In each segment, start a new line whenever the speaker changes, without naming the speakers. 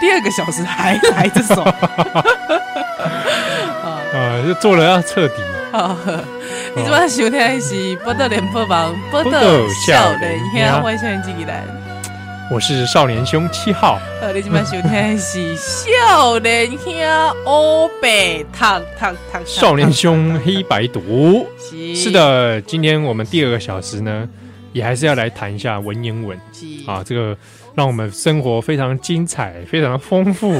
第二个小时还来这 首，
啊，就做人要彻底。
好，哦你这边收听的是《波特连播房》，波特
报
笑
哦少
人
年
兄，
兄
我笑人自己来。
我是少年兄七号，
呃，你这边收听的是笑人兄欧北烫烫烫
少年兄黑白读。
是
是，的，今天我们第二个小时呢，也还是要来谈一下文言文
是
啊，这个让我们生活非常精彩、非常丰富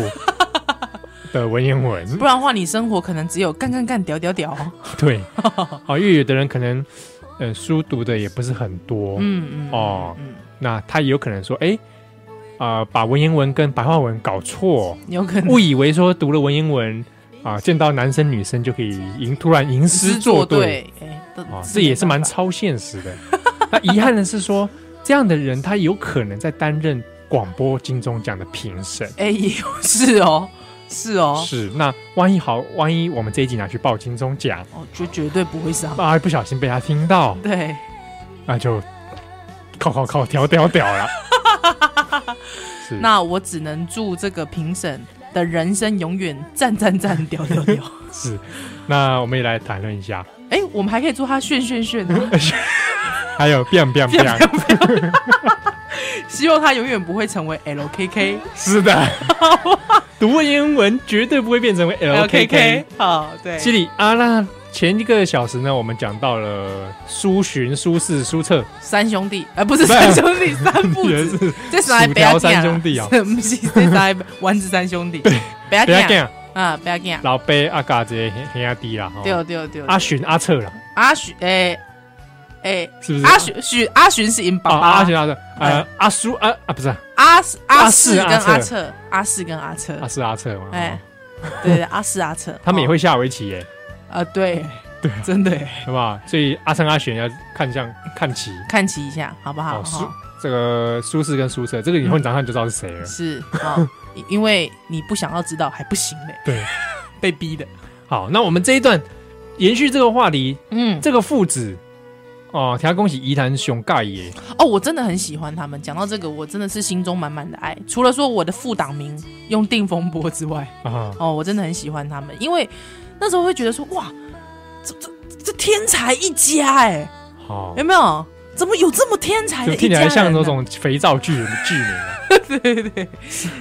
的文言文。
不然的话，你生活可能只有干干干、屌屌屌。
哦对，啊，因为有的人可能，呃，书读的也不是很多，
嗯嗯
哦
嗯，
那他也有可能说，哎、啊、把文言文跟白话文搞错，
有可能
误以为说读了文言文啊、见到男生女生就可以吟，突然吟诗作对，
哎，都
啊、这也是蛮
没办法
超现实 的。那遗憾的是说，这样的人他有可能在担任广播金钟奖的评审。
哎，也有是哦，是哦，
是，那万一好，万一我们这一集拿去报金钟奖
哦，绝绝对不会上。
啊，不小心被他听到，
对，
那就靠靠靠，屌屌 屌了。是，
那我只能祝这个评审的人生永远赞赞赞，屌屌 屌。
是，那我们也来谈论一下，
哎，我们还可以祝他炫炫炫
嗯
啊！
还有 biang biang biang，
希望他永远不会成为 LKK。
是的， 读文言文绝对不会变成为 LKK。
好，对，
西里啊，那前一个小时呢，我们讲到了苏洵、苏轼、苏辙，
三兄弟，呃，不 是三兄弟，三父
也
子。
是
这是来不要
薯条三兄弟啊
啊， 不是这是 来丸子三兄弟，不要
不要
讲
讲
啊，不要讲，
老贝阿嘎这些兄弟啦，吼
对对对，
哦阿洵、阿彻啦，
阿许，哎哎，
是不是？
阿许许阿寻是因
啊，
爸哎
啊阿
爸
洵、，阿彻，呃，阿苏啊啊，不是
阿四阿
阿
四
四
跟
阿彻
阿彻，阿四跟阿彻
阿，是阿彻嘛？
哎
哎，，
对对，阿四阿彻，
他们也
哦
会下围棋耶，
啊， 对对，真的耶
好不好？所以阿称、阿洵要看相看棋。
看齐一下，好不好？
哦，苏
哈
这个苏轼跟苏辙，这个以后你长大你就知道是谁了。
是啊，因因为你不想要知道还不行嘞，
对，
被逼的，
好，那我们这一段延续这个话题，
嗯，
这个父子哦，条恭喜宜兰熊盖耶，
哦，我真的很喜欢他们。讲到这个，我真的是心中满满的爱。除了说我的副党名用定风波之外，
啊，
哦，我真的很喜欢他们，因为那时候会觉得说，哇，这这这天才一家哎、
好、
有没有？怎么有这么天才的
就
一家
听
人啊呢、
起来像那种肥皂剧的剧名啊，
对对对，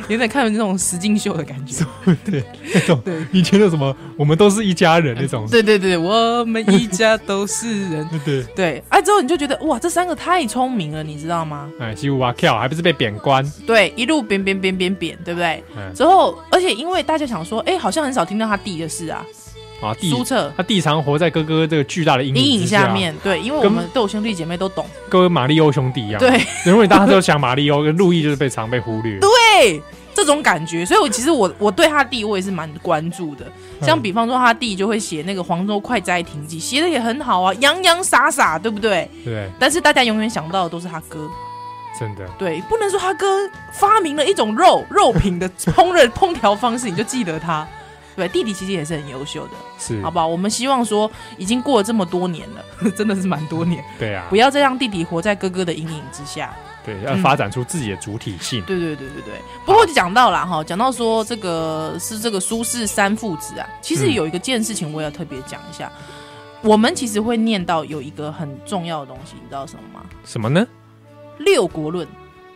有点看那种实境秀的感觉。
那种
对
以前的什么，我们都是一家人 那种，
对对对，我们一家都是人。
对对，
对，哎、之后你就觉得哇，这三个太聪明了，你知道吗？
哎，西五啊跳，还不是被贬官，
对，一路扁扁扁扁扁，对不对？
嗯，
之后，而且因为大家想说，哎、好像很少听到他弟的事啊，
啊地
苏澈
他地常活在哥哥这个巨大的阴
阴影
之
下，面，对，因为我
跟
们都有兄弟姐妹都懂，
跟马里欧兄弟一样，
对，
如果你大家都想马里欧跟路易，就是被常被忽略，
对，这种感觉，所以我其实我我对他弟我也是蛮关注的，像比方说他弟就会写那个《黄州快哉亭记》，写的也很好啊，洋洋洒洒，对不对？
对不对，
但是大家永远想到的都是他哥，
真的。
对，不能说他哥发明了一种肉肉品的 烹饪烹调方式，你就记得他。对，弟弟其实也是很优秀的，
是
好，不好？我们希望说，已经过了这么多年了， 真的是蛮多年，
对啊
不，要再让弟弟活在哥哥的阴影之下。
对，要
嗯
发展出自己的主体性。
对对对对对。不过就讲到了哈，讲到说这个是这个苏轼三父子啊，其实
嗯
有一个件事情我也要特别讲一下。我们其实会念到有一个很重要的东西，你知道什么吗？
什么呢？
六国论。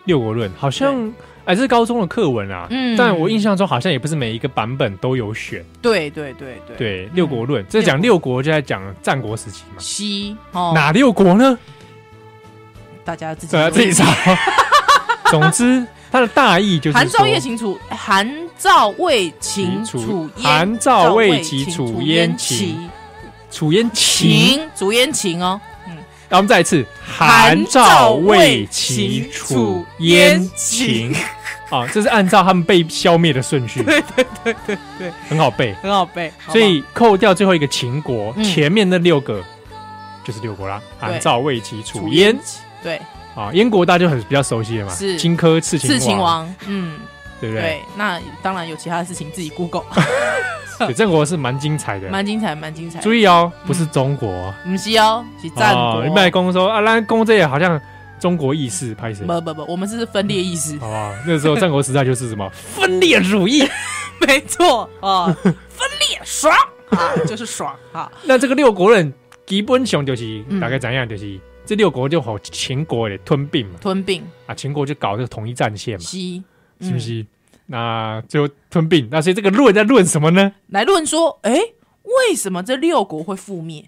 六国论好像，哎，这是高中的课文啊。
嗯
但我印象中好像也不是每一个版本都有选。
对对对对。
对，六国论这讲六国就在讲战国时期嘛。
西哦，
哪六国呢？
大家自己
大家
留
自
意
己查。 总之，它的大意就是
韩赵
说
魏秦楚，韩赵魏秦楚燕，
韩赵魏齐
秦
楚燕秦，楚燕秦。
秦楚燕秦哦，
然后我们再一次，韩赵魏齐楚燕秦。啊，这是按照他们被消灭的顺序。 对对对对
对，
很好背。
很好背。好不好
所以扣掉最后一个秦国，
嗯
前面那六个就是六国啦，
对
韩赵魏齐楚燕
对
啊，燕国大家就很比较熟悉了嘛，
是
荆轲刺秦
刺秦
王，
王，嗯，
对不对？
对，那当然有其他的事情自己 Google，
对，战国是蛮精彩的。
蛮精彩，蛮精彩。
注意哦，不是中国
不是哦，是战
哦
国，
你卖公说啊，咱公这也好像中国意识拍谁？
不不不，我们是分裂意识，
好吧，那时候战国时代就是什么分裂主义。
没错啊，分裂爽啊，就是爽啊。
那这个六国人基本上就是
嗯
大概怎样？就是这六国就好秦国的吞并嘛，
吞并
啊，秦国就搞这个统一战线嘛，
西，
是不是？嗯那就吞并。那所以这个论在论什么呢？
来论说，哎、为什么这六国会覆灭？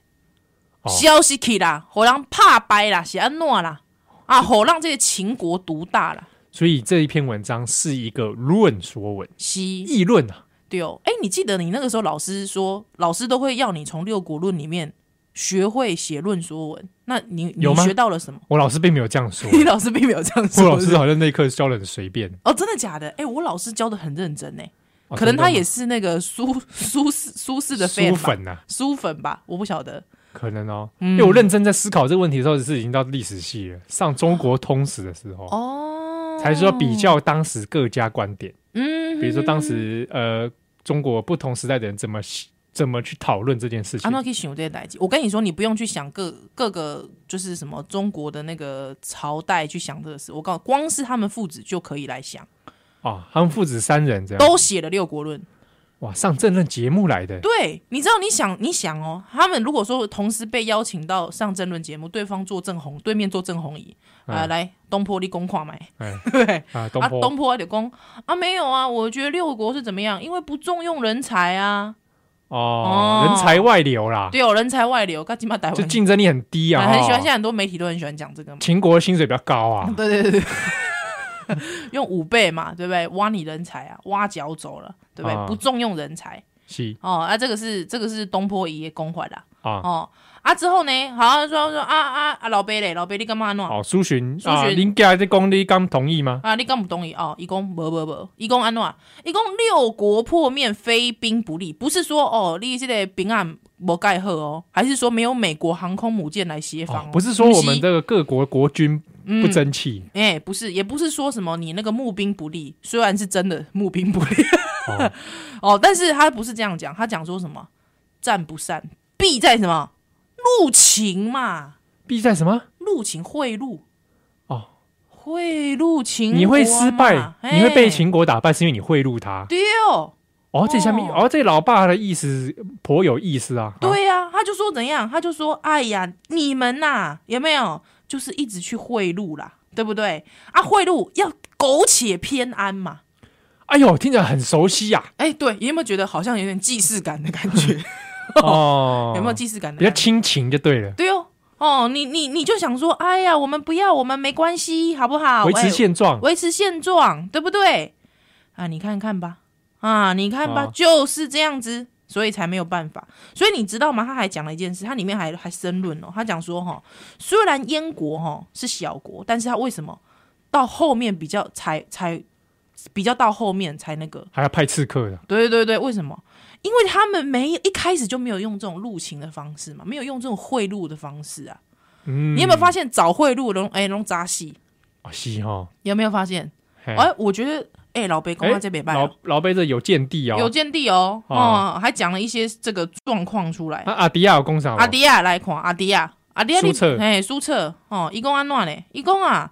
哦
消息起啦，火狼怕掰啦，是安诺啦，啊，火让这个秦国独大啦，
所以这一篇文章是一个论说文，
西
议论啊，
对哦。哎、你记得你那个时候老师说，老师都会要你从六国论里面学会写论说文，那你
有
你
吗
学到了什么？，
我老师并没有这样说
你老师并没有这样
我
说，
老
是不
师
是
好像那一课教的很随便，
哦，真的假的？哎、我老师教的很认真呢、
哦
可能他也
真
是那个苏苏氏苏氏
的
的 fan
吗书
吧，
粉呐、啊，
苏粉吧，我不晓得。
可能哦，
嗯
因为我认真在思考这个问题的时候，是已经到历史系了，上中国通史的时候。
哦，
才说比，较当时各家观点，
嗯
比如说当时呃中国不同时代的人怎么怎么去讨论这件事
阿
情，
诺可以想这些代际。我跟你说，你不用去想各各个就是什么中国的那个朝代去想这个事。我告诉你，光是他们父子就可以来想，
啊，他们父子三人这样，
都写了六国论。
哇，上政论节目来的，
对，你知道你想你想哦，他们如果说同时被邀请到上争论节目，对方做正红，对面做正红仪啊、
嗯
来东坡立功跨买，
哎
对 不对？
啊，东
啊，
坡
东坡就讲啊，没有啊，我觉得六国是怎么样？因为不重用人才啊，
哦，人才外流啦，
对哦，人才外流，跟今嘛台
就
湾、
竞争力很低啊，
啊很喜欢，现
哦
在很多媒体都很喜欢讲这个嘛，
秦国薪水比较高啊，
对对对对，用五倍嘛，对不对？挖你人才啊，挖脚走了，对不对？
啊
不重用人才
是
哦，啊，这个是这个是东坡一夜公还啦，
啊，
哦啊之后呢，好像说说啊啊啊老贝嘞，老贝你干嘛弄？
哦，苏洵
苏
啊，
洵
您家这公你刚同意吗？
啊，你敢不同意哦？一共不不不，一共安怎？一共六国破灭，非兵不利，不是说哦，你这个平安不盖贺哦，还是说没有美国航空母舰来协防、
哦
哦？
不是说我们
的
这个各国国军不争气
哎、不是，也不是说什么你那个募兵不利，虽然是真的募兵不利
哦，
哦，但是他不是这样讲，他讲说什么战不善，必在什么入秦嘛，
必在什么？
入秦贿赂
哦，
贿赂秦国嘛，啊
你会失败，你会被
嘿
秦国打败，是因为你贿赂他。
对哦。
哦，这下面
哦
哦，这老爸的意思颇有意思啊。啊，
对呀、他就说怎样？他就说，哎呀，你们呐、有没有就是一直去贿赂啦，对不对？啊，贿赂要苟且偏安嘛。
哎呦，听起来很熟悉啊 呀。
哎，对，你有没有觉得好像有点既视感的感觉？
哦，
有没有既视感的
比较
感觉？
亲情就对了，
对哦，哦，你你你就想说，哎呀，我们不要，我们没关系，好不好？
维持
哎
现状。
维持现状，对不对？啊，你看看吧，啊，你看吧，
哦
就是这样子，所以才没有办法。所以你知道吗？他还讲了一件事，他里面还还申论哦，他讲说哈、虽然燕国哈、是小国，但是他为什么到后面比较才才比较到后面才那个？
还要派刺客的，
对对对，为什么？因为他们没有一开始就没有用这种入侵的方式嘛，没有用这种贿赂的方式啊。
嗯
你有没有发现找贿赂龙哎龙扎戏？
哦是哈？
有没有发现？
嘿
哎、我觉得哎、老北公他这北拜、哦
老哎老辈这有见地
啊有
哦，
见地哦，
哦
哦、还讲了一些这个状况出来。
啊阿迪亚有工厂哦，
阿迪亚来看，阿迪亚，阿迪亚，你
苏澈
哎，苏澈哦，一共安怎呢？一共啊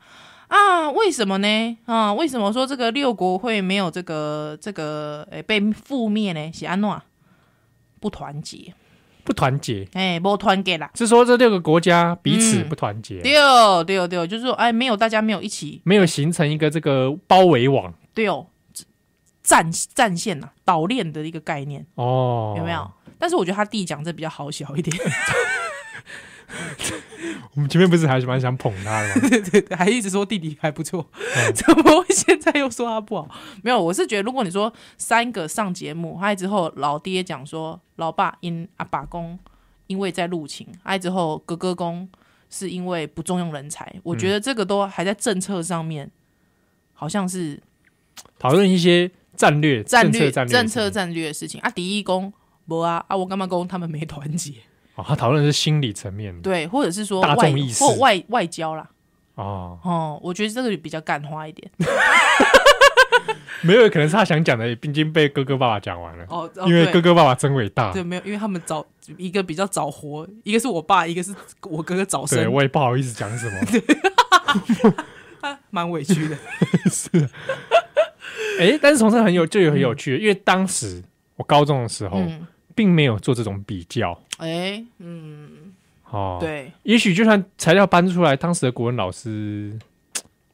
啊，为什么呢？啊，为什么说这个六国会没有这个这个诶、被覆灭呢？是安怎？不团结，
不团结，
哎、不团结啦。
是说这六个国家彼此
嗯
不团结，
对对对，就是说，哎，没有大家没有一起，
没有形成一个这个包围网
对哦，战战线呐、岛链的一个概念。
哦，
有没有？？但是我觉得他弟讲这比较好笑一点，
我们前面不是还蛮想捧他 的吗？
对对对，还一直说弟弟还不错，怎么会现在又说他不好？没有，我是觉得如果你说三个上节目，还之后老爹讲说老爸因阿爸公因为在入侵，还之后哥哥公是因为不重用人才，我觉得这个都还在政策上面，好像是
讨论一些战略、
战略、
政策、战略、
政策、战略的事情啊。第一公不啊啊，我干嘛公他们没团结？
哦，他讨论的是心理层面的
对，或者是说
大众
外
意识
或外外交啦。
哦，
哦，我觉得这个比较干花一点。
没有可能是他想讲的，已经被哥哥爸爸讲完了，
哦，
因为
对
哥哥爸爸真伟大
对。没有，因为他们早一个比较早活，一个是我爸，一个是我哥哥早
对，
生。
我也不好意思讲什么。
他蛮委屈 的。
哎，但是从这很有，就有很有趣，因为当时我高中的时候
嗯，
并没有做这种比较
哎，嗯，
哦。，
对，
也许就算材料搬出来，当时的国文老师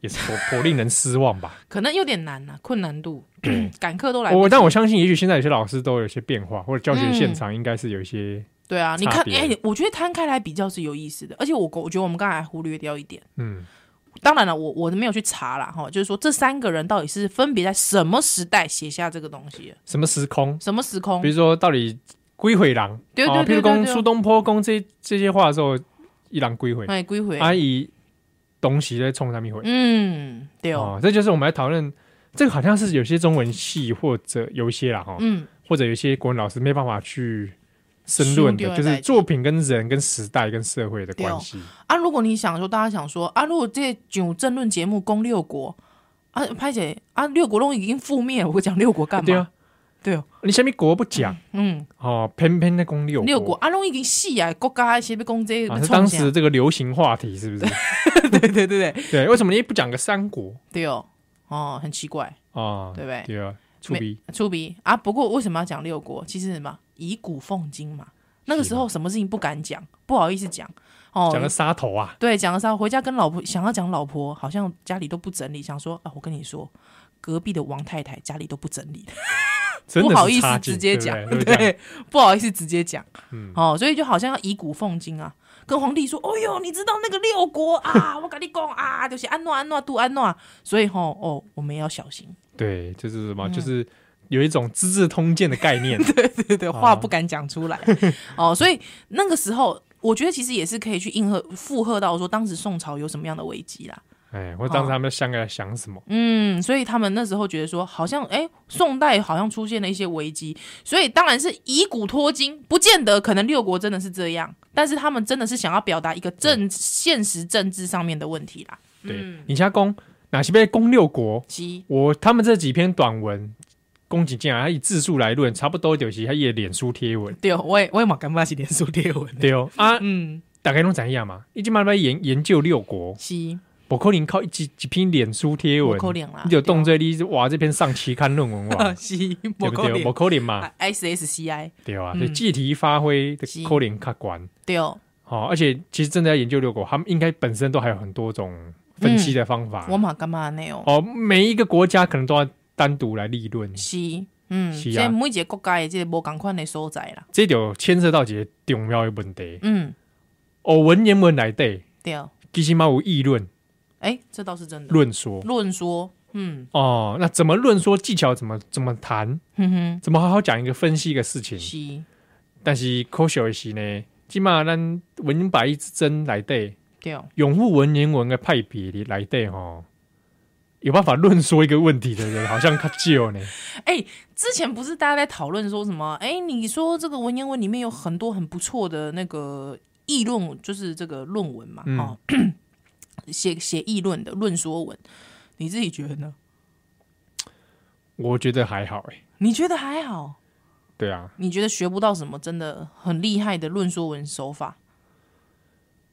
也是颇颇令人失望 吧。
可能有点难呐，困难 度，嗯赶课都来不及。
我但我相信，也许现在有些老师都有一些变化，或者教
嗯
学现场应该是有一些，
对啊，你看
差，别
哎、我觉得摊开来比较是有意思的，而且我我觉得我们刚才忽略掉一点，
嗯，
当然了，我我没有去查啦，哈，就是说这三个人到底是分别在什么时代写下这个东西的，
什么时空，
什么时空
比？如说到底归回狼，
对对
哦譬
对
如
对
讲
对
苏东坡公这这些话的时候，一狼归回，
哎，归回，
阿姨东西在冲他们一回，
嗯，对哦，
哦，这就是我们来讨论。这个好像是有些中文系或者有一些啦哈，哦
嗯，
或者有一些国文老师没办法去深论
深究
的，
的
就是作品跟人、跟时代、跟社会的关系。
啊，如果你想说，大家想说啊，如果这种政论节目攻六国啊，拍姐啊，六国都已经覆灭了，我讲六国干嘛？
对啊，
对哦，
你下面国不讲
嗯，
哦，偏偏在攻六
六国啊，都已经细啊，国家写被攻这
啊，
个，
是当时这个流行话题是不是？
对对对对
对，为什么你不讲个三国
对哦，哦，很奇怪，
啊？
对不对？
对啊，出逼
出鼻啊！不过为什么要讲六国？其实什么以古奉今嘛，那个时候什么事情不敢讲，不好意思讲哦。
讲个杀头啊，
对，讲了啥？回家跟老婆想要讲老婆，好像家里都不整理，想说啊，我跟你说，隔壁的王太太家里都不整理，
真
不
的是
好意思
差劲
直接
对
讲，
不对都是这样
不好意思直接讲，
嗯
哦，所以就好像要以古奉今啊，跟皇帝说，哦呦，你知道那个六国啊，我跟你讲啊，就是安诺安诺杜安诺，所以吼哦，我们也要小心，
对，就是什
嗯
么？就是有一种资治通鉴的概念，
对对，话不敢讲出来哦，所以那个时候，我觉得其实也是可以去应和附和到说，当时宋朝有什么样的危机啦。
哎，或者当时他们想在想什么？
嗯，所以他们那时候觉得说，好像哎，宋代好像出现了一些危机，所以当然是以古托今，不见得可能六国真的是这样，但是他们真的是想要表达一个政现实政治上面的问题啦。
对，你家攻哪些被攻六国？
七，
我他们这几篇短文，宫崎骏啊，他以字数来论，差不多就是他也脸书贴文。
对，哦我也我也蛮干巴起连书贴文的。
对 哦，啊，
嗯，
大概拢怎样嘛？一经慢慢研研究六国，
七，
不可能靠一几几篇脸书贴
我啊
文，
扣脸啦，，
你有动这力哇，这篇上期刊论文哇
哦 七，
对
我
不
扣
对？
脸
不可能啊嘛，
啊，S S C I，
对啊，
嗯
所以借题发挥的
是
可能较管。
对哦，
哦，而且其实真的要研究六国，他们应该本身都还有很多种分析的方法。
嗯我蛮干嘛内容。
啊哦，每一个国家可能都要单独来立论，
是，嗯，
是啊
所以每一个国家的这个无同款的所在啦，
这就牵涉到一个重要的问题。
嗯，
哦，文言文来对，
对，
其实嘛有议论
哎、这倒是真的。
论说。
论说，嗯
哦，那怎么论说技巧怎么怎么谈，
哼哼，
怎么好好讲一个分析一个事情？
是，
但是科学的是呢，起码咱文白之争来对，
对，
拥护文言文的派别里来对吼，有办法论说一个问题的人，好像较少呢。
哎、之前不是大家在讨论说什么？哎、你说这个文言文里面有很多很不错的那个议论，就是这个论文嘛，
嗯
哦， 写写议论的论说文，你自己觉得呢？
我觉得还好哎、
你觉得还好？
对啊，
你觉得学不到什么真的很厉害的论说文手法？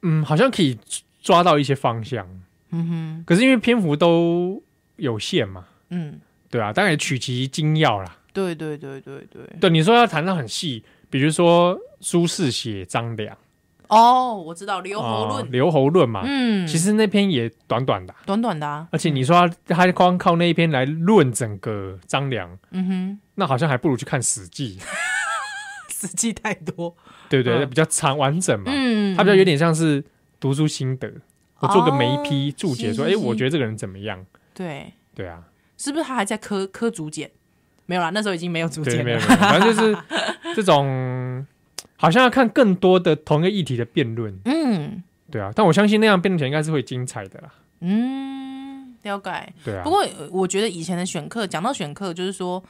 嗯，好像可以抓到一些方向。嗯哼，可是因为篇幅都有限嘛，
嗯，
对啊，当然也取其精要啦。
对对对对对。
对，你说要谈到很细，比如说苏轼写张良，
哦，我知道《留侯
哦
论》
留侯论嘛，
嗯，
其实那篇也短短的啊、
短短的啊，
而且你说他他光靠那一篇来论整个张良，
嗯哼，
那好像还不如去看《史记》，
实际太多，
对不对？
嗯
比较长完整嘛，
嗯，
他比较有点像是读书心得，我做个眉批
哦
注解，
是
说，
是
哎、
是
我觉得这个人怎么样？
对，
对啊，
是不是他还在科科竹简？没有啦，那时候已经没有竹啊
对，
简
没有没有，
了。
反正就是 这种，好像要看更多的同一个议题的辩论，
嗯
对啊。但我相信那样辩论起来应该是会精彩的啦，
嗯，了解。
对啊。
不过呃我觉得以前的选课，讲到选课，就是说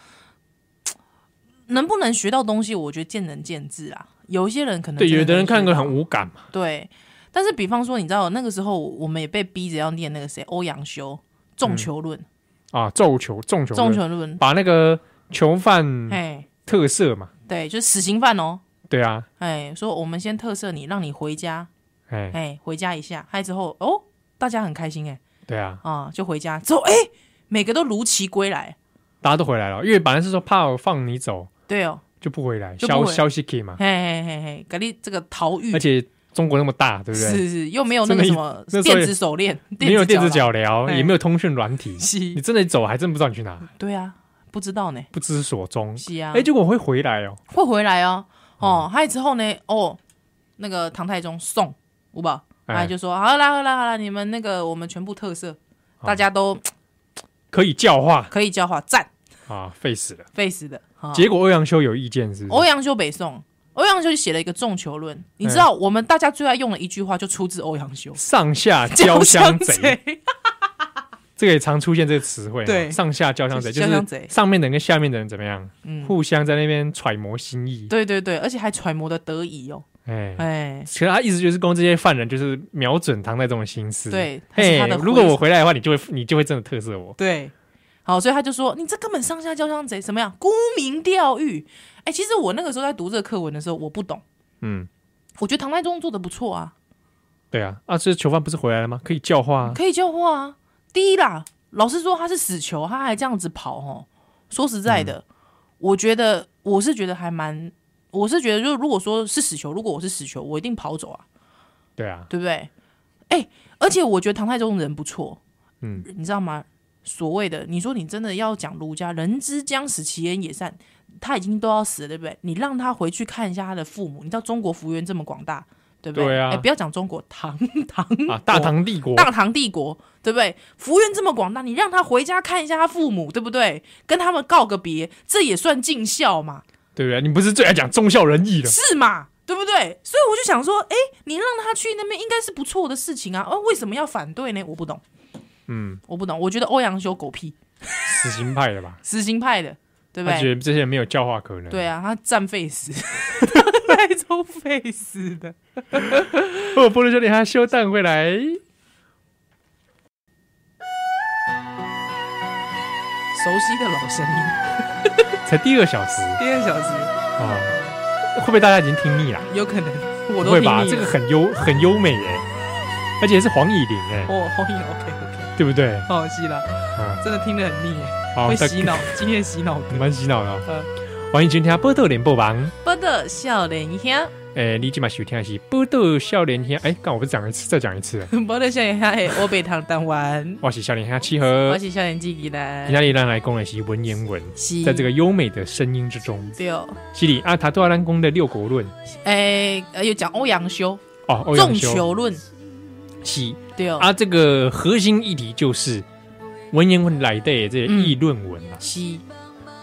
能不能学到东西，我觉得见仁见智啊。有一些人可能
对，
真
有的人
能
看
学
个
到
很无感嘛，
对，但是比方说，你知道那个时候我们也被逼着要念那个谁欧阳修《重球论》
啊，咒球重嗯球
重
论，嗯
球论》
把那个囚犯
哎，
特赦嘛，
对，就是死刑犯哦。
对啊，
哎，说我们先特赦你，让你回家，
哎，
哎，回家一下，嗨之后哦，大家很开心哎、
对啊，
啊，就回家之后哎，每个都如期归来，
大家都回来了，因为本来是说怕我放你走
对哦，
就不回来，
就不
消
回来
消息 K 嘛，
嘿嘿嘿嘿，给你这个逃狱
而，且中国那么大，对不对？
是是，又没有那个
真
什
的
么
那时候
电
也
子手链，
没有电子
脚
脚镣，
嘿
也没有通讯软体
镣，，
你
是，
真的走还真不知道你去哪，
对啊，不知道呢，
不知所踪。
是啊，
哎，结果我会回来哦，
会回来哦，哦，还有之后呢，哦，那个唐太宗送，五宝，
哎
哎就说好啦好啦好啦，你们那个我们全部特色，
哦
大家都
可以教化
可以教化，赞
啊，废死了。
，face 的，哦
结果欧阳修有意见是不
欧
是？，
阳修北宋，欧阳修就写了一个重囚论，你知道我们大家最爱用的一句话就出自欧阳修
上下交 相贼，，这个也常出现这个词汇哦。
对
上下交相贼就
交相贼
是上面的人跟下面的人怎么样，
嗯，
互相在那边揣摩心意。
对对对，而且还揣摩的得宜哦，
哎，
哎，
其实他意思就是供这些犯人就是瞄准唐太宗的心思。，
对，他是
嘿
他的，
如果
徽
我回来的话，你就会你就会真的特色我。
对，好，所以他就说你这根本上下交相贼，怎么样？沽名钓誉。哎、其实我那个时候在读这个课文的时候，我不懂，
嗯，
我觉得唐太宗做的不错啊，
对啊，啊，这囚犯不是回来了吗？可以教化啊。
可以教化啊。第一啦，老师说他是死囚，他还这样子跑哦。说实在的，我觉得我是觉得还蛮，我是觉得就是如果说是死囚，如果我是死囚，我一定跑走啊，
对啊，
对不对？哎、而且我觉得唐太宗人不错，
嗯，
你知道吗？所谓的你说你真的要讲儒家“人之将死，其言也善”，他已经都要死了，对不对？你让他回去看一下他的父母，你知道中国幅员这么广大，对不对？
对啊
哎不要讲中国，唐唐
啊，大唐帝国，
嗯 大唐帝国，对不对？幅员这么广大，你让他回家看一下他父母，对不对？跟他们告个别，这也算尽孝嘛，
对不对？你不是最爱讲忠孝仁义的？
是嘛？对不对？所以我就想说，哎，你让他去那边应该是不错的事情啊，哦，为什么要反对呢？我不懂，
嗯，
我不懂，我觉得欧阳修狗屁，
死刑派的吧？
死刑派的，对不
他
对？
觉得这些人没有教化可能。
对
啊，
啊，他占废死， 太州废死的。
我菠萝兄弟他修蛋回来。
熟悉的老声音，
才第二小时
第二小时
啊，会不会大家已经听腻了？
有可能我
不
都
会
听腻
吧？
了。
这个很优很优美耶，而且是黄以玲哎，
哦，后面 OK OK，
对不对？
好戏了，
啊，
真的听得很腻耶，
好，
会
再
洗脑，嗯今天洗 脑歌。
蛮洗脑的哦。欢迎今天波豆联播网，
不得笑脸一天，
诶，你今晚收听的是波豆笑脸天，哎，刚我不是讲一次，再讲一次，
不得笑脸嘿， 我被糖当完，
我是笑脸天七和
我，是笑脸记忆的
今。天咱来讲的是文言文，
是
在这个优美的声音之中，
对哦，
西里啊，塔多阿兰宫的六国论
哎，呃有讲欧阳修
哦，欧阳
重
修
求论，
西
对哦，
啊，这个核心议题就是文言文来的这个
嗯
议论文啊。
是，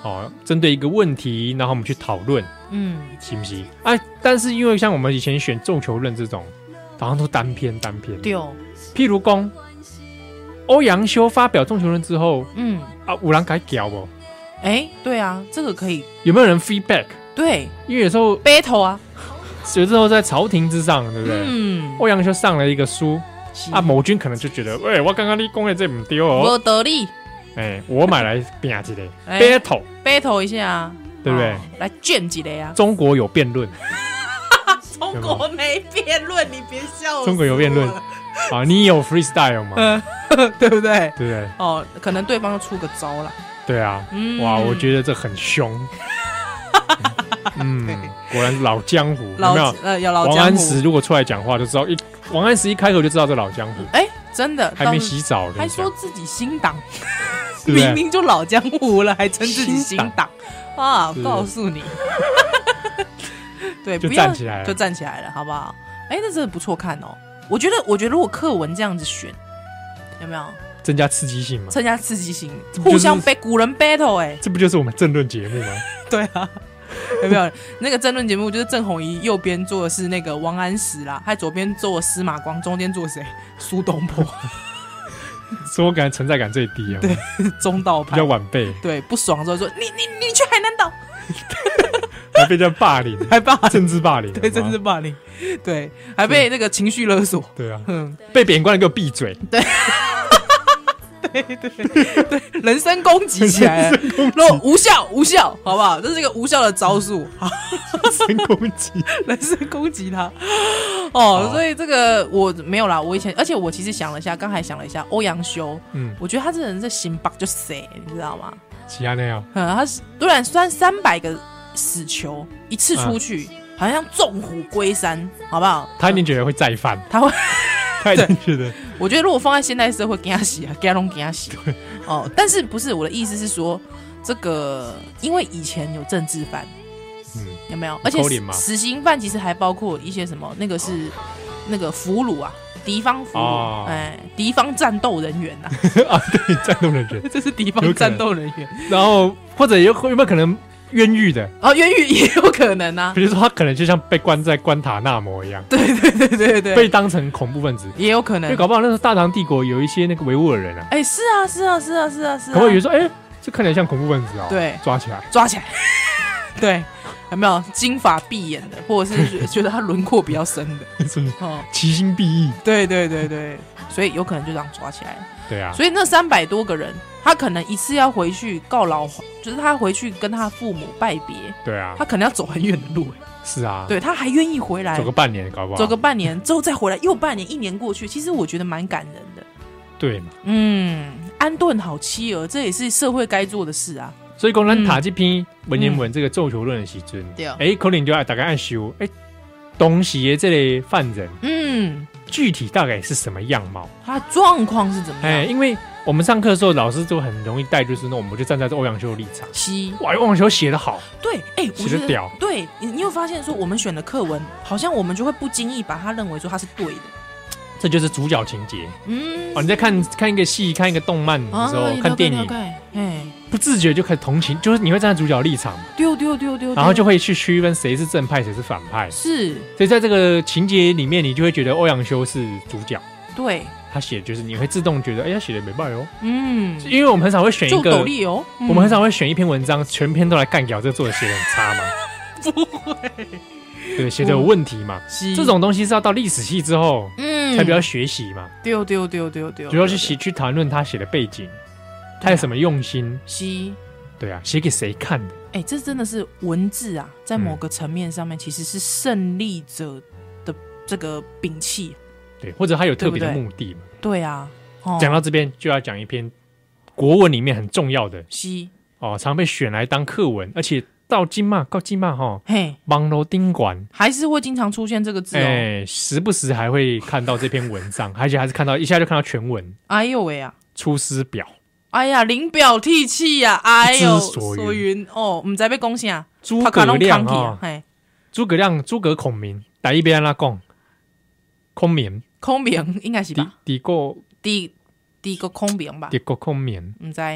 哦，针对一个问题，然后我们去讨论，
嗯，
行不行？啊，但是因为像我们以前选《众求论》这种，好像都单篇单篇。
对哦，
譬如讲，欧阳修发表《众求论》之后
嗯，
啊，五郎改屌哦，
哎，对啊，这个可以，
有没有人 feedback？
对
因为有时候
，battle 啊，
有时候在朝廷之上，对不对？
嗯，
欧阳修上了一个书
是
啊，某君可能就觉得，喂、我刚刚你讲的这不对 哦，
我得力，
哎、我买来拼一个
哎
battle，
battle 一下啊，
对不对
哦？来卷几雷啊！
中国有辩论
中国没辩论，你别笑我。
中国有 辩论啊，你有 freestyle 吗？
哦嗯，对不对？
对不对？
哦，可能对方要出个招了。
对啊，
嗯，
哇，我觉得这 很凶。嗯，果然是老江湖，有
老
没有？
呃有老
王
江
安石
湖，
如果出来讲话，就知道一王安石一开口就知道这老江湖，
哎，真的
还没，洗澡
当
的，
还说自己新党，
对不对
明明就老江湖了，还称自己新党啊！
是
告诉你，对，
就
不要
站起来
就
了。
站起来了，好不好？哎，那真的不错看哦。我觉得，我觉得如果课文这样子选，有没有？
增加刺激性嘛。
增加刺激性，
不嗯就是
互相被古人 battle 哎、
这不就是我们政论节目 吗？
对啊，有没有那个争论节目？就是郑红怡右边坐的是那个王安石啦，他左边坐司马光，中间坐谁？苏东坡，
所以我感觉存在感最低啊，
对中道
比
派
较。晚辈，
对，不爽之后说你你你去海南岛，
还被这样 霸凌，
还霸
政治霸凌，
对，真是
是
霸凌，对，还被那个情绪勒索，
对啊，
嗯，
被贬官的给我闭嘴，
对，人身攻击起来了，说无效无效，好不好？这是一个无效的招数， 好，
人身攻击，
人身攻击他。哦，
好啊
所以这个我没有啦，我以前，而且我其实想了一下，刚才想了一下，欧阳修，
嗯，
我觉得他这人这心巴就谁，你知道吗？
其他那样，
嗯，他是虽然算三百个死囚一次出去，好像纵虎归山，好不好？
啊他一定觉得会再犯，
他会，
他一定觉得
我觉得如果放在现代社会，给他洗啊，给他弄，给他 洗。哦，但是不是我的意思是说，这个因为以前有政治犯，
嗯
有没有？而且
扣脸吗
死刑犯其实还包括一些什么，那个是那个俘虏啊，敌方俘
哦
虏，哎、敌方战斗人员呐、啊，
啊，对，战斗人员，
这是敌方战斗人员。
然后或者有有没有可能冤狱的？
哦，冤狱也有可能啊，
比如说他可能就像被关在关塔那摩一样，
对对对
被
对，
当成恐怖分子，
也有可
因
能
为。搞不好那时候大唐帝国有一些那个维吾尔人啊，
哎、是啊，是啊，是啊，是啊，是啊。
可能有人说，哎，这看起来像恐怖分子哦，
对
抓起来，
抓起来， 对，有没有金发碧眼的，或者是觉 觉得他轮廓比较深的？
是不是
哦，
其心必异？
对对对对，所以有可能就这样抓起来了。
对啊，
所以那三百多个人，他可能一次要回去告老还，就是他回去跟他父母拜别，
对啊
他，可能要走很远的路、哎
是啊，
对，他还愿意回来
走。个半年，搞不好
走个半年之后再回来，又半年，一年过去，其实我觉得蛮感人的。
对嘛，
嗯，安顿好妻儿，这也是社会该做的事啊。
所以讲咱塔这篇文言文这个咒囚论的时阵，
嗯对哦
哎、可能就要大概按修，哎、东西的这类犯人
嗯，
具体大概是什么样貌？
他状况是怎么
哎、
样？
因为我们上课的时候，老师就很容易带，就是那我们就站在这欧阳修的立场，
妻
哇，欧阳修写的好，
对，哎、我
写
觉
得
得
屌
对你，你有发现说我们选的课文，好像我们就会不经意把它认为说它是对的。
这就是主角情节。
嗯，
哦，你在看看一个戏、看一个动漫的时候，哦
哦
看电影，
哎，
不自觉就开始同情，就是你会站在主角立场，
丢丢丢丢，
然后就会去区分谁是正派，谁是反派。
是
所以在这个情节里面，你就会觉得欧阳修是主角，
对，
他写的就是你会自动觉得，哎、他写的没败哦。
嗯，
因为我们很少会选一
就斗
个，
笠哦，嗯
我们很少会选一篇文章，全篇都来干掉，这作者写的很差嘛？
不会
对，写的有问题嘛？这种东西是要到历史系之后
嗯啊
才比较学习嘛，
丢丢丢丢丢，
主要去写去谈论他写的背景，
啊
他有什么用心？
吸。
对啊，写给谁看的？
哎、这真的是文字啊，
嗯
在某个层面上面其实是胜利者的这个摒弃。
对，或者他有特别的
对不
目的嘛？
对啊，哦，
讲到这边就要讲一篇国文里面很重要的
吸
哦，常被选来当课文，而且到今嘛，到今嘛哈，
嘿，
网络丁管。
还是会经常出现这个字哦。
哎、时不时还会看到这篇文章， 而且还是看到一下就看到全文《
哎呦喂啊！
出师表》。
哎呀，林表涕泣呀、哎呦，
不知所云
云哦，唔知被恭喜啊，
诸
他
葛
卡拢
亮
康体啊
哦，，
嘿，
诸葛亮、诸葛孔明，打一边拉讲，孔明
空明应该是
敌
吧？
敌过
第第一个空明吧
敌，过孔明，
唔知道。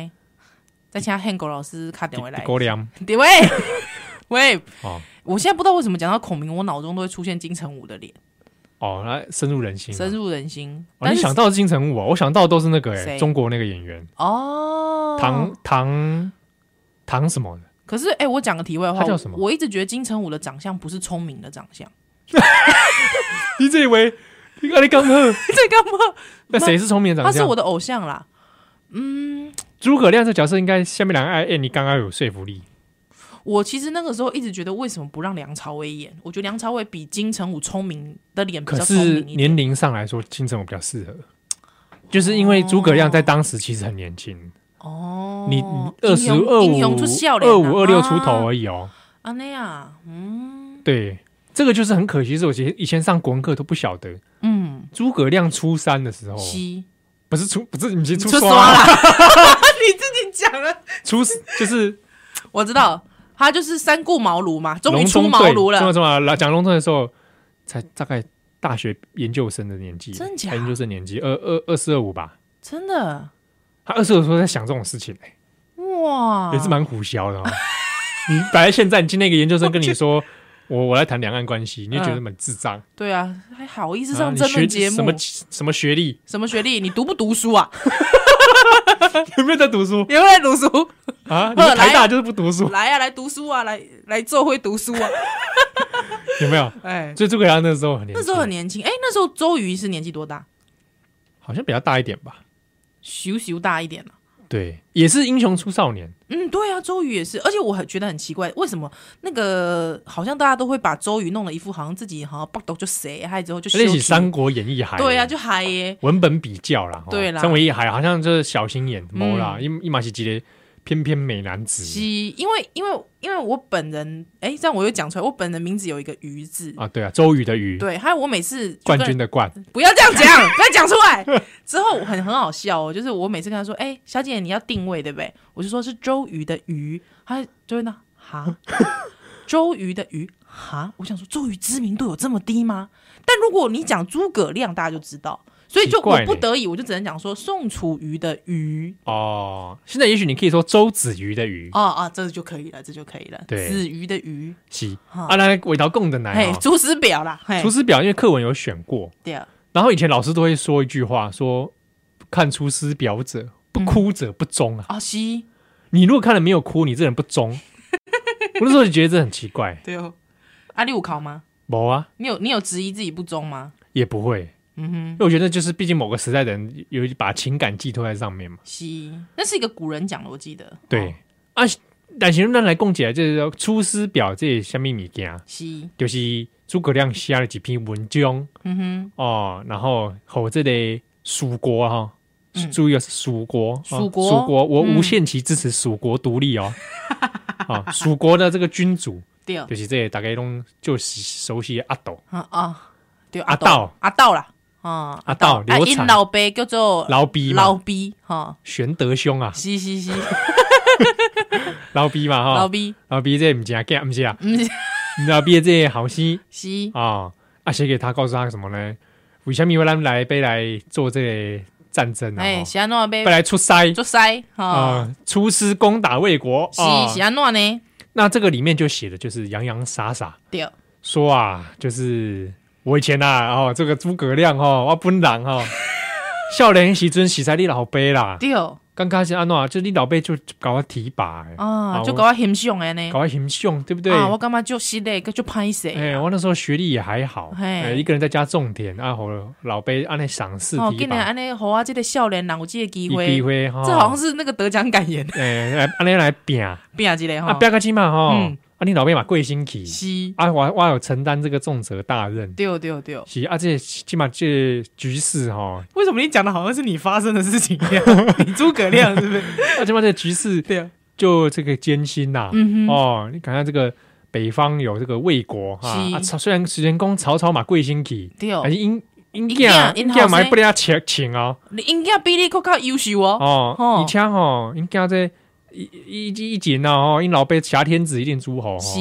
再请汉狗老师卡
敌
电话来
敌。过亮
对喂 喂，
哦
我现在不知道为什么讲到孔明，我脑中都会出现金城武的脸，
哦，来深入人心。
深入人心。
哦，
但
你
是
想到的是金城武啊？我想到的都是那个哎、
谁
中国那个演员
哦，
唐唐唐什么的，
可是，哎、我讲个题外话，
他叫什么
我一直觉得金城武的长相不是聪明的长相，
你这以为你看你 刚喝？
这干嘛？
那谁是聪明的
他
长
是
相
我？的偶像啦。嗯，诸
诸葛亮这角色应该下面两个哎哎，你刚刚有说服力，
我其实那个时候一直觉得，为什么不让梁朝伟演？我觉得梁朝伟比金城武聪明的脸比
可
较聪明
是
一点。
年龄上来说，金城武比较适合。就是因为诸葛亮在当时其实很年轻，
哦，
你二十二
英雄
五
出笑脸啊
二五二六出头而已哦。
啊那样，嗯
对，这个就是很可惜，是我以前以前上国文课都不晓得，
嗯，
诸葛亮初三的时候，
西
不是初不哦是你是初
出
三
刷啦，
啊，
你自己讲了，
初四就是
我知道。他就是三顾茅庐嘛， 终于
隆
出
中
茅
对
庐
中
了。
什么来讲隆中的时候，才大概大学研究生的年纪，
真假
才研究生年纪二二二四二五吧。
真的
他二十二的时候在想这种事情、欸，
哇，
也是蛮胡笑的、哦。 你摆在现在，你今天一个研究生跟 你说，我我来谈两岸关系，你就觉得
嗯
很智障。
对啊，还好意思
啊
上
你
争论
学
节目？
什么什么 学历，
什么学历？你读不读书啊？
有没有在读书
你有没有在读书？
啊？你们
来
台大就是不读书，
来啊，来读书啊，来来做会读书 啊！
有没有？
哎，
所以诸葛亮那时候很年轻，
那时候很年轻，哎，那时候周瑜是年纪多大？
好像比较大一点吧，
咻咻大一点了。
对，也是英雄出少年。
嗯，对啊，周瑜也是，而且我很觉得很奇怪，为什么那个好像大家都会把周瑜弄了一副好像自己好像不懂就谁，还之后就
那起《
羞耻
三国演义》还
对啊，就嗨耶，
文本比较啦，哦
对啦嗯
三国演义》还好像就是小心眼，某啦，一一马是几个翩翩美男
是
子
因为因为因为我本人哎，这样我又讲出来，我本人名字有一个瑜字，
啊，对啊，周瑜的瑜，
对，还有我每次就
冠
跟
军的冠，
不要这样讲， 不要讲出来。之后很很好笑哦，就是我每次跟他说：“哎、小姐你要定位对不对？”我就说是周瑜的瑜，他就会那哈，周瑜的瑜哈。我想说周瑜知名度有这么低吗？但如果你讲诸葛亮，大家就知道，所以就
奇怪
我
呢
不得已，我就只能讲说宋楚瑜的瑜。
哦，现在也许你可以说周子瑜的瑜，
哦哦，这就可以了，这就可以了。
对
子瑜的瑜，
是
哈
啊，那尾刀供的奶
嘿，
哦，
竹石表啦，嘿
《出，师表》因为课文有选过，
对啊，
然后以前老师都会说一句话，说看《出师表》者不
嗯
哭者不忠啊，
啊西，
你如果看了没有哭，你这人不 忠。我那时候就觉得这很奇怪，
对哦。啊，你有考吗？
没啊，
你有你有质疑自己不忠吗？
也不会。
嗯哼。
因为我觉得，就是毕竟某个时代的人有一把情感寄托在上面嘛。
西，那是一个古人讲的，我记得。
对、
哦，
啊，但是咱来讲起来，就是说《出师表》这下面物件，
西，
就是诸葛亮写了几篇文章
嗯哼，
哦，然后和这个蜀国哈、
嗯
注意哦，是蜀国，哦
蜀国
蜀国，我
嗯
无限期支持蜀国独立 哦。啊、蜀国的这个君主，
对，啊
就是这个大概都就是熟悉的阿斗、
啊，对，
阿
斗
道，
阿道啦，啊，
阿道
啊，
刘
因
禅、
老爸叫做
老逼
老
嘛，
逼哦哈，
玄德兄啊，
西西西，
老逼嘛哈
老，逼，
老逼这不假假不是啊，
嗯，
老逼这个好心
西，
啊，啊写给他，告诉他什么呢？为什么咱们来被来做这个战争啊？
哎，哦
哦
喜安诺
要
呗，
来出塞
做塞哈，
啊，出师攻打魏国啊
西。喜安诺呢，
那这个里面就写的就是洋洋洒洒。
对，
说啊，就是我以前啊，哦，这个诸葛亮哦，我本人 哦，少年时阵实在你老爸啦，
对，哦
刚开始安怎，就你老爸就搞我提拔的，
啊，
我
就搞我欣赏的呢啊
搞，我形象，对不对？
啊，我干嘛就西嘞，就拍谁，
哎、我那时候学历也还好，
啊嘿
哎、一个人在家种田，啊，和老爸安尼赏识
哦，
提
今
拔，
年安尼，和我这个少年人有这个机
一
会
机，会哦哈，
这好像是那个得奖感言，
哎，来安尼来拼，啊，
变啊，这个哈，
拼个起嘛吼，
嗯
啊，你老爸嘛贵星期，
西，
啊，我我有承担这个重责大任，
对对对。
是啊，这起码这局势哈、
为什么你讲的好像是你发生的事情一样？你诸葛亮是不 是？
那起码啊这局势
对啊，
就这个艰辛呐、
嗯哼，
哦，你看看这个北方有这个魏国哈，
是
啊，曹虽然时间攻曹操嘛贵兴起，
对
但
哦，
是因因
因囝
囝因
因后
囝嘛不了请请哦，
你应该比你更加优秀哦。哦
哦，而且吼因囝这一一一一前啊哦，因老爸挟天子一定诸侯哦，
是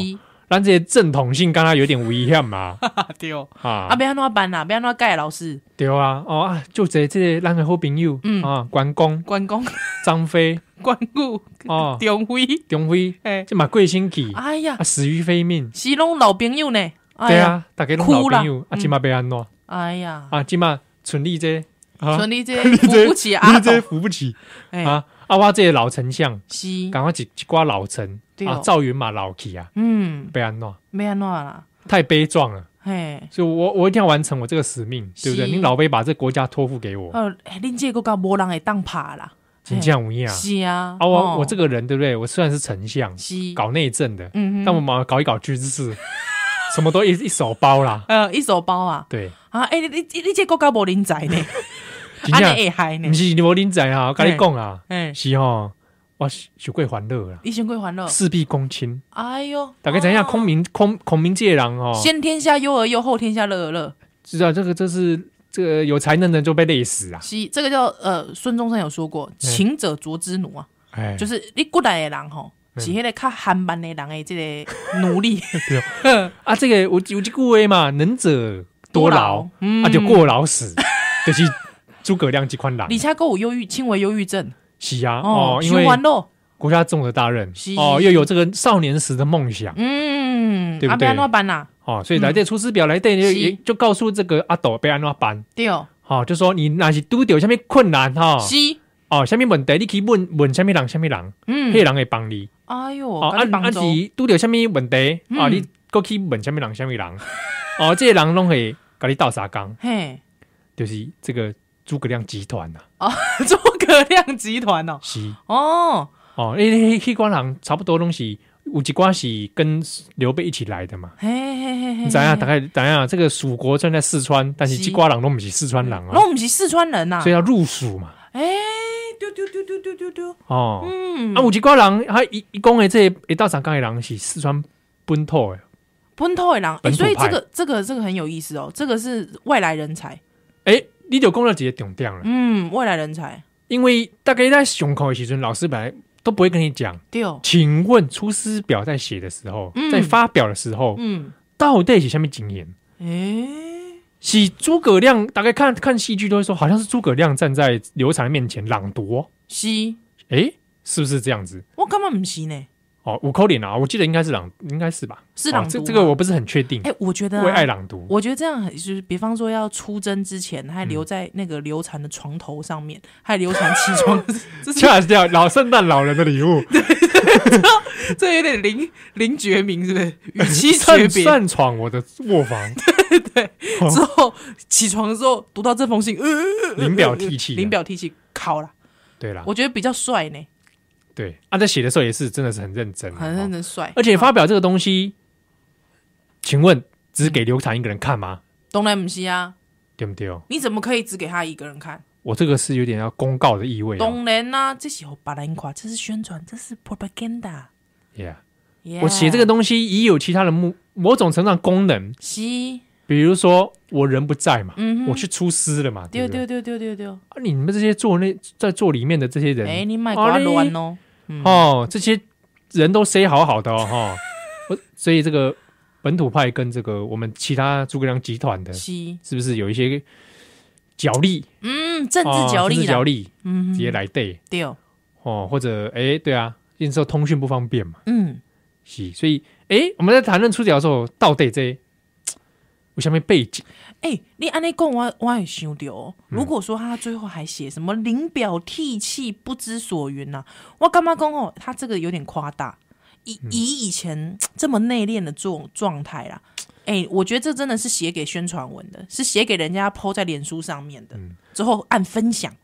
咱这些正统性刚刚有点危 险嘛，
啊，对哦。啊，
啊，
别安怎办啦？别安怎改老师？
对啊，哦啊，就这这个咱的好朋友
嗯
啊，关公、
关公、
张飞
关顾、
哦，
张辉，
张飞
哎，
这嘛贵兴起啊，
哎呀，
死于非命。
是拢老朋友呢。哎
对
呀，
啊，大家拢老
哭啦
朋友，啊，
嗯
即嘛被安怎
哎呀，
啊？即嘛存你这啊，
说你这扶不起阿
你
斗
这，扶不起
哎，
啊！啊，我这个老丞相，
是，
赶快一一挂老臣
对哦
啊，赵云嘛老去啊，
嗯，
被安怎？
没安怎啦？
太悲壮了，
嘿，
所以我我一定要完成我这个使命，对不对？
是
你老辈把这国家托付给我，
呃，哎恁这个搞无人会当拍啦。
真这样无恙
是啊，
啊！我我这
个
个人对不对？我虽然是丞相，
是，
搞内政的，
嗯哼
但我嘛搞一搞 军事，什么都一一手包啦。
呃，一手包啊。
对，
啊，哎、你你你你这国家无人才呢，
真
安尼
正
会害呢
不？是你无恁仔啊，我跟你讲啊，
哎、
是吼，我受过烦恼啦。
你先归还了。
事必躬亲。
哎呦，
大概讲一下，
哦
孔明孔孔明借人哦，
先天下幼而优，后天下乐而乐。
知道这个这是这个有才能的人就被累死啊！
是这个叫呃，孙中山有说过，勤者拙之奴啊，
哎，
就是你古代的人吼，
嗯
是迄个较憨慢的人的这个奴隶
啊，这个有有句话嘛，能者 多劳，，
嗯
啊就。过劳 死，就是诸葛亮这款人
而。且还有忧郁，轻微忧郁症
是啊，
哦
哦，，因
循
为
环咯，
国家重责大任
是，
哦，
是
又有这个少年时的梦想，
嗯，
对不
啊，
对
要安怎办啦？
哦，所以来这《出师表》来这
嗯是
也就告诉这个阿斗被安怎办。
对哦，
哦，就说你那是拄到下面困难哈，
是，
哦，下面问题你去问问下面人，下面人，
嗯
迄，人会帮你。
哎呦，
哦，
甲
啊
你帮
啊
助
是拄着什物问题
嗯
啊？你过去问什物人，什物人？哦，这个人拢会甲你斗相共，
嘿，
就是这个诸葛亮集团呐。啊
诸葛亮集团哦，
是
哦，
哦，那那黑光狼差不多东西，有一瓜是跟刘备一起来的嘛。
嘿嘿嘿嘿，
你怎样？大概怎样？这个蜀国站在四川，但是
是嗯
这瓜人都不是四川人
然后
啊，
我们是四川人呐
所以，要入蜀嘛。
哎，丢丢丢丢丢丢丢，
哦，
嗯
啊，，有一瓜人他一一讲的这一道上讲的人是四川本土的。
本土的人，哎，
本土
所以这
派
个这个这个很有意思哦，这个是外来人才，
哎，你就讲到几个重点了，
嗯，外来人才，
因为大概在上课的时候，老师本来都不会跟你讲。
对哦，
请问《出师表》在写的时候，
嗯
在发表的时候，
嗯，
到底是什么经验？
哎，
是诸葛亮，大概看看戏剧都会说，好像是诸葛亮站在刘禅面前朗读、哦，
是，
诶，是不是这样子？
我干嘛不是呢？
哦，五口脸啊，我记得应该是朗，应该是吧？
是朗
哦
读
这
吗
这个我不是很确定。
哎，我觉得啊
嗯为爱朗读，
我觉得这样很就是，比方说要出征之前，还
嗯
留在那个刘禅的床头上面，还刘禅起床， 这是
恰 恰 老圣诞老人的礼物，
这有点林林觉民是不是？与其诀
擅
别
擅闯我的卧房， 哦
之后，起床的时候读到这封信，呃呃呃呃
临表涕泣啊
临表涕泣，考了，
对啦，
我觉得比较帅呢，
对啊，在写的时候也是真的是很认真啊，
很认
哦
真帅。
而且发表这个东西，请问只
嗯
给刘禅一个人看吗？
东南姆西啊，
对不对？哦
你怎么可以只给他一个人看？
我这个是有点要公告的意味、哦。
东然呐，这是有巴兰垮，这是宣传，这是 propaganda。
Yeah，我写这个
东
东西也有其他的目某种成长功能，
西，
比如说我人不在嘛，
嗯哼，
我去出师了嘛，
丢
对不对？
丢丢丢丢丢，
啊，你们这些做那在做里面的这些人，
哎，你卖瓜
啊
乱
你
哦，嗯
哦，这些人都 say 好好的哦，哈，我所以这个本土派跟这个我们其他诸葛亮集团的，
西，
是不是有一些角力、
嗯，政
哦
治角
政
力
治角
啦，
力
嗯
直接
哼，
来对
对，
哦，或者哎，对啊，那时候通讯不方便嘛，
嗯，
是，所以哎，我们在谈论出角的时候，到底这我下面背景
哎，你安尼讲，我我也想到哦，如果说他最后还写什么临表涕泣、不知所云呐、我干嘛讲哦？他这个有点夸大，以以以前这么内敛的这种状态啦。哎，我觉得这真的是写给宣传文的，是写给人家 PO 在脸书上面的，之后按分享。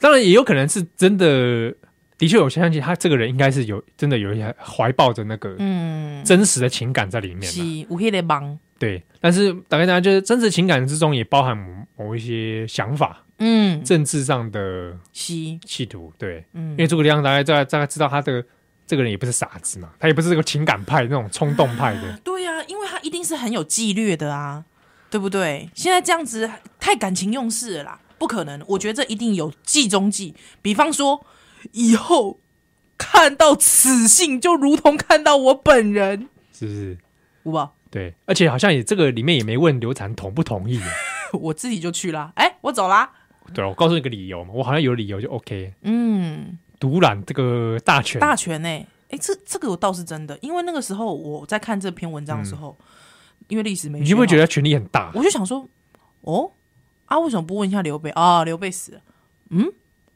当然也有可能是真的，的确有相信他这个人应该是有真的有一些怀抱着那个
嗯，
真实的情感在里面、
是
啊，
有迄个忙。
对。但是大概大家就是真实情感之中也包含某某一些想法、
嗯，
政治上的
是，
企图，对。
嗯
因为诸葛亮大概大概大概知道他的这个人也不是傻子嘛，他也不是这个情感派那种冲动派 的，
对呀、因为他一定是很有纪律的啊，对不对？现在这样子太感情用事了啦，不可能。我觉得这一定有计中计，比方说以后看到此信就如同看到我本人，
是不是？
有吧？
对，而且好像也这个里面也没问刘禅同不 同意啊。
我自己就去啦，哎，我走啦。
对，我告诉你个理由嘛，我好像有理由就 OK。
嗯，
独揽这个大权，
大全呢、哎，这这个我倒是真的，因为那个时候我在看这篇文章的时候，因为历史没，
嗯你会不会觉得他权力很大？
我就想说，哦，啊，为什么不问一下刘备啊？刘备死了，嗯，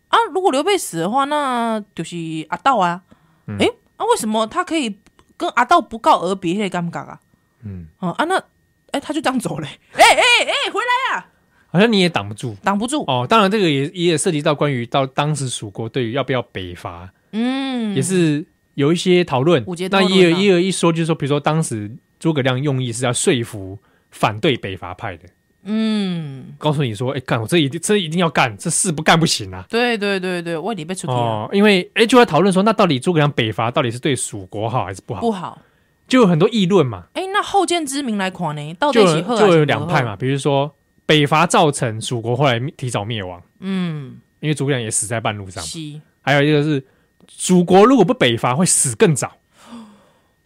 啊，如果刘备死的话，那就是阿道啊，
嗯
诶，啊，为什么他可以跟阿道不告而别？那尴尬啊，
嗯，
嗯啊，那哎、他就这样走 嘞、哎哎哎，回来
好像你也挡不住
挡不住，
哦。当然，这个也也涉及到关于到当时蜀国对于要不要北伐，
嗯，
也是有一些讨论
五节。
那
讨论啊
也有也有一说，就是说，比如说当时诸葛亮用意是要说服反对北伐派的，
嗯，
告诉你说，哎，干我这一定这一定要干，这事不干不行啊。
对对对对，问你被出题了、
哦，因为哎就在讨论说，那到底诸葛亮北伐到底是对蜀国好还是不好？
不好。
就有很多议论嘛，
哎、那后见之明来款呢？到底
就有
是好还是
就有
不
两
好
派，嘛，比如说北伐造成蜀国后来提早灭亡，
嗯，
因为诸葛亮也死在半路上嘛。
是
还有一个是蜀国如果不北伐会死更早，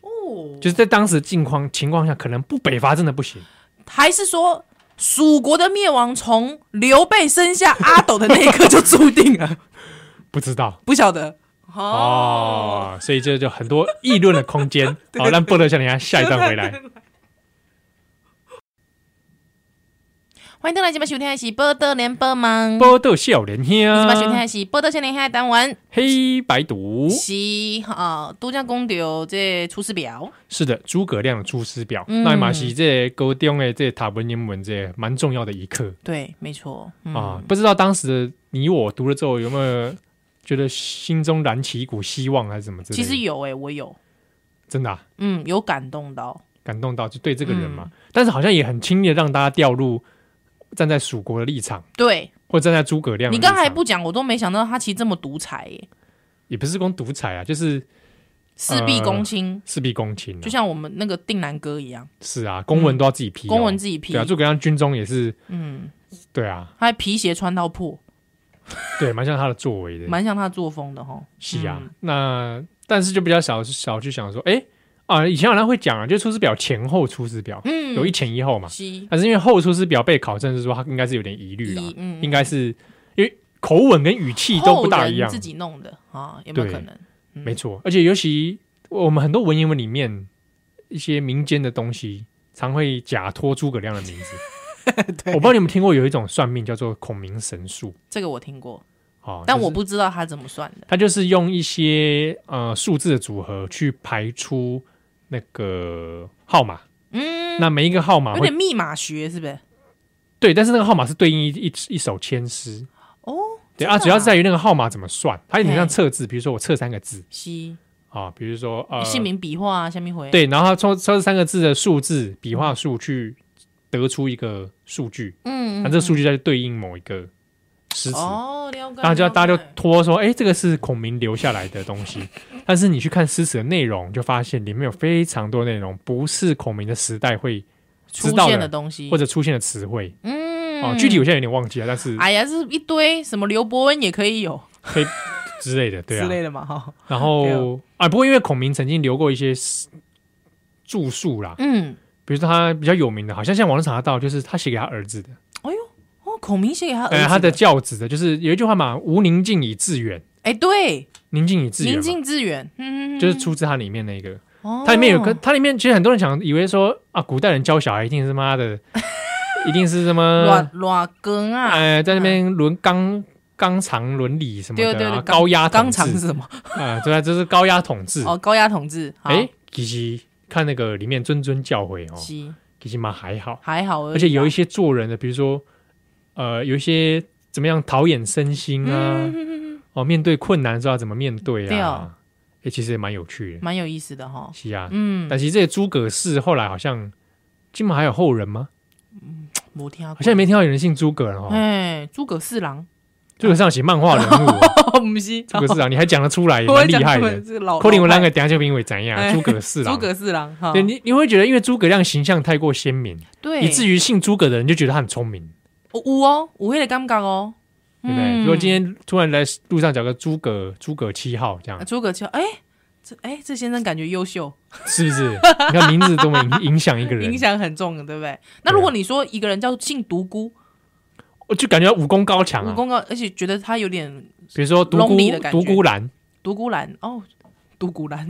哦，
就是在当时境况情况下，可能不北伐真的不行。
还是说蜀国的灭亡从刘备生下阿斗的那一刻就注定了？
不知道
不晓得哦。
哦，所以这就很多议论的 空间。好，让波特小等一下下一段回来。
欢迎登来这边收听的是《波多连波忙》，
波豆笑脸
这边收听
兄，
的是《波多少年兄》单元，
黑白
哦
读
是啊，都江公到这出师表，
是的，诸葛亮的《出师表》
嗯
那嘛是这高中的这塔文言文这蛮重要的一课
对，没错，嗯
啊。不知道当时的你我读了之后有没有觉得心中燃起一股希望，还是什么之类
其
的？
实有诶、欸我有，
真的啊、
嗯，有感动到，
感动到，就对这个人嘛。
嗯
但是好像也很轻易的让大家掉入站在蜀国的立场，
对
或站在诸葛亮的
你
立场。
刚才不讲，我都没想到他其实这么独裁耶、
也不是光独裁啊，就是
事必躬亲，
事必躬亲、啊，
就像我们那个定南哥一样，
是啊，公文都要自己批、哦
公文自己批，
对啊，诸葛亮军中也是，
嗯，
对啊，
他还皮鞋穿到破，
对，蛮像他的作为的，
蛮嗯像他作风的哈。
是啊。那但是就比较少少去想说，哎、啊，以前好像会讲啊，就《出师表》前后《出师表》
嗯，
有一啊前一后嘛，
西，
但是因为后《出师表》被考证是说他应该是有点疑虑啦
疑，嗯
啊应该是因为口吻跟语气都不大一
后人
样
自，己弄的啊，有没有
对
可能？嗯
没错，而且尤其我们很多文言文里面一些民间的东西，常会假托诸葛亮的名字。
对
我不知道你们听过有一种算命叫做孔明神术
这个我听过，
啊，哦
但
就是
我不知道他怎么算的。
它就是用一些呃数字的组合去排出那个号码，
嗯，
那每一个号码
有
啊会
点密码学是不是？
对，但是那个号码是对应一一一首千诗。
哦，
对
真的
啊，主要是
啊
在于那个号码怎么算，它有点像
嘿
测字，比如说我测三个字
西
啊，比如说呃
姓名笔画啊，下面回，
对，然后他抽抽这三个字的数字笔
嗯
画数去得出一个数据，
嗯，嗯，
那、这个数
据
据再对应某一个诗词。
哦，了解，
大家
了解
大家就拖说，哎、这个是孔明留下来的东 西。但是你去看诗词的内容，就发现里面有非常多内容不是孔明的时代会知
出
道
现
的
的东西
或，者出现的词汇
嗯
哦。具体我现在有点忘记了，但是
哎呀，是一堆什么刘伯温也可以有
之类的，对
之
啊。
类的嘛，哈，
然
对
后啊，不过因为孔明曾经留过一些诗著述啦，
嗯，
比如说他比较有名的，好像像网络查得到，就是他写给他儿子的。
哦，孔明写给他儿
呃，
子，
他的，教子的，就是有一句话嘛，“无宁静以致远，
哎，对，
宁静以致远
宁
嘛”，
静致远，嗯，
就是出自它里面那个。
哦，
它里面有个，它里面其实很多人想以为说啊，古代人教小孩一定是妈 的，一定是什么
软软根啊，
呃，在那边轮纲纲常伦理什么
对
的，
对
然后
对，
高压
纲
统
常是
治
什么？
啊，对啊，这是高压统治。
哦，高压统治，好
哎，其实看那个里面谆谆教诲哦，
是
其实嘛还好，
还好已啦，啊
而且有一些做人的，比如说呃，有一些怎么样陶冶身心啊。
嗯嗯嗯嗯
哦，面对困难的时候要怎么面对
对
啊
哦？
哎、其实也蛮有趣的，
蛮有意思的哈，
是啊。
嗯，
但其实这些诸葛氏后来好像，金门还有后人吗？
我听
好像也没听到有人姓诸葛了哦。
哎，诸葛四郎，
诸葛上写漫画人物哦、
哦，不是，哦
诸葛四啊郎你还讲得出来，也
我会
蛮厉
讲
害
他们
的。
是老
柯林文
老
那
派
个等下就因为怎样，啊
哎
诸葛四
诸
郎。
葛四郎哈，
对你，你会觉得因为诸葛亮形象太过鲜明，
对，
以至
于
于姓诸葛的人就觉得他很聪明，
有哦，有迄个感觉哦，
对不对？
嗯
如果今天突然来路上找个诸葛诸葛七号这样
啊，诸葛秋，哎，这哎这先生感觉优秀，
是不是？你看名字多么影影响一个人
影，响很重的，对不对？
啊
那如果你说一个人叫姓独孤，
我就感觉他武功高强啊
武。功高，而且觉得他有点
比如说独孤
lonely 的感觉
独孤兰，
独孤兰哦，独孤兰，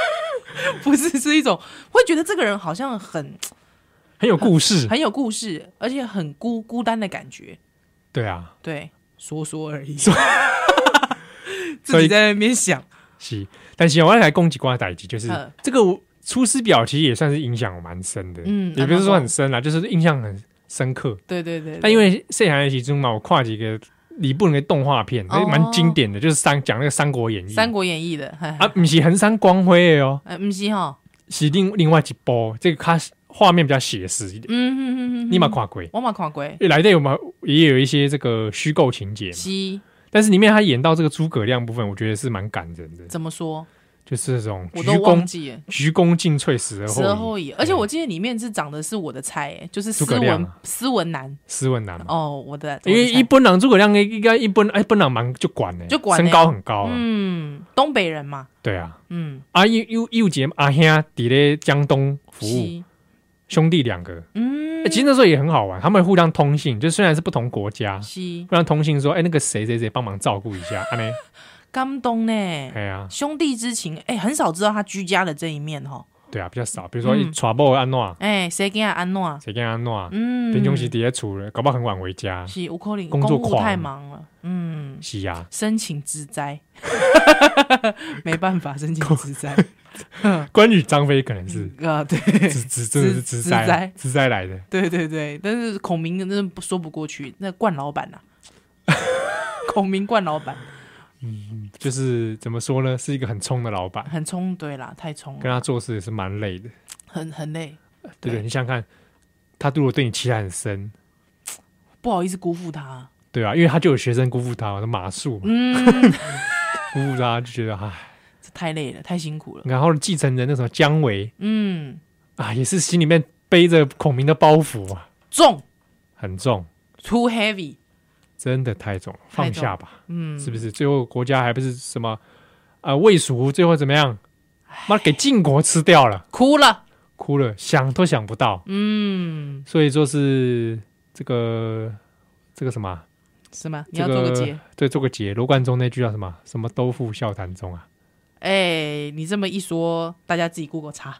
不是是一种会觉得这个人好像很
很有故事。
很有故事，而且很孤孤单的感觉，
对啊，
对，说说而已， 自
所以
己在那边想，是
是。但是我要来攻击关代机，就是
嗯
这个《出师表》其实也算是影响我蛮深的，
嗯
也不是说很深啦，就是印象很深刻。
对对对，
但因为《谢寒夜其中》嘛，我跨几个李不能的动画片，
哦
蛮经典的，就是三讲那个《三国演义》。
《三国演义》的，哎
啊，不是横山光辉的哦，
哎，不是哈，
是另另外一部，这个它画面比较写实一点，
嗯哼哼哼，
你嘛跨过。因
我嘛看过，
为来的有嘛也有一些这个虚构情节嘛，
是
但是里面他演到这个诸葛亮部分，我觉得是蛮感人的。
怎么说？
就是这种
我
鞠
都忘
躬
记了。
鞠躬尽瘁，死而后
死而后
已。
已，而且我记得里面是长得是我的菜，哎，就是斯
诸葛亮
文
啊
斯文男
斯文男嘛，
哦，我的，
因
我
为
的菜
一般人诸葛亮应该一般哎，一般人蛮就管呢，
就管欸
身高很高啊，
嗯，东北人嘛，
对啊。
嗯，
啊，又又又杰阿兄伫咧江东服务，
是，
兄弟两个，
嗯
哎，其实那时候也很好玩，他们互相通信，就虽然是不同国家，
是
互相通信说，哎，那个谁谁谁帮忙照顾一下， 安呢，
感动呢，嗯
哎呀，
兄弟之情，哎，很少知道他居家的这一面哈，
对啊，比较少。比如说
嗯
传播安诺，
哎，谁给俺安诺？
谁跟安诺，
嗯，
平常时底下处了，搞不好很晚回家。
是有可能
工作
公务
狂
太忙了，嗯，
是啊呀，
申请之灾， 没办 法，申请之灾，
关羽、张飞可能是
啊，对
直直真的是
直
直
直
灾
灾
直灾来的。
对对对，但是孔明真的说不过去，那冠老板呐、啊 孔明冠老板
就是怎么说呢，是一个很冲的老板，
很冲，对啦，太冲
跟
了，
他做事也是蛮累的。
很很累，
对不对？
对
你想想看，他如果对你期待很深，
不好意思辜负他，对
对啊，因为他就有学生辜负他嘛，我的马术嘛
嗯，
辜负他，就觉得唉。
这太累了，太辛苦了，
然后继承人那什么姜维
嗯，
啊，也是心里面背着孔明的包袱啊，
重
很重，
too heavy，
真的太重了，
太
放
重
下吧，
嗯，
是不是？最后国家还不是什么啊，魏蜀最后怎么样？妈给晋国吃掉了，
哭了，
哭了，想都想不到。
嗯，
所以说是这个这个什么啊，
什么？你
这
要做个结。
对，做个结。罗贯中那句叫什么？什么都付笑谈中啊？
哎、你这么一说，大家自己 Google 查。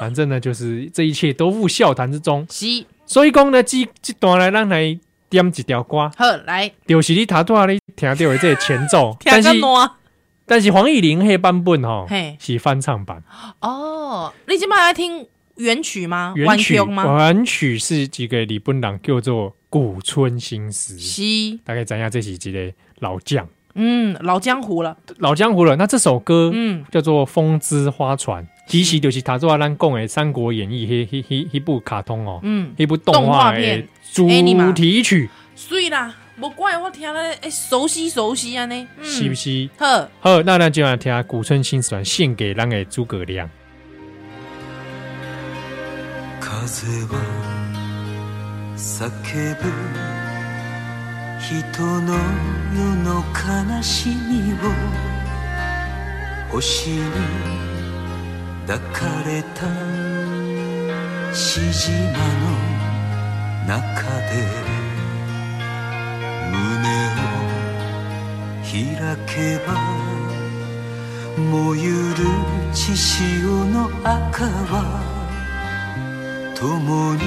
反正呢，就是这一切都付笑谈之中。
西
所以讲呢，这这段来让来点一条歌，
呵来，，
就是你头拄啊，你听到的这个前奏
听
但是哦
个暖
但是黄以玲那版本吼、
嘿
是翻唱版，
哦。你今麦来听原曲吗？
原曲
弯 Q 吗？
原曲是一个日本人叫做古村新司，
西，
大概知影这是一个老将，
嗯，老江湖了。
老江湖了。那这首歌
嗯，
叫做《风之花船》，其实就是他做咱讲的《三国演义》迄迄迄迄部卡通哦，
嗯，
迄部动画的主题曲，
水啦，无怪我听了，哎、熟悉熟悉安尼。嗯，
是不是？
呵，
好，那咱就来听古村新传献给咱的诸葛亮。
風は叫ぶ人の世の悲しみを星に抱かれた静島の中で胸を開けば燃ゆる血潮の赤は共に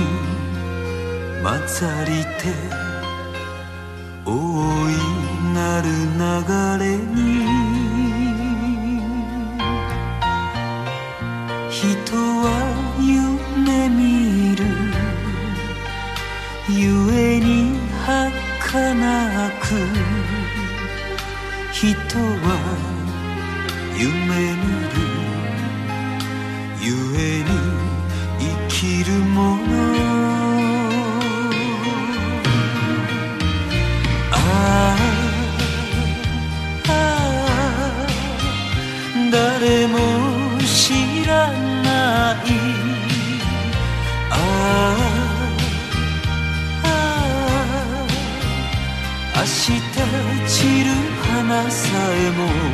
混ざりて大いなる流れに人は夢見る故に儚く人は夢見る故に生きるものああああ誰も知らないああああ明日散る花さえも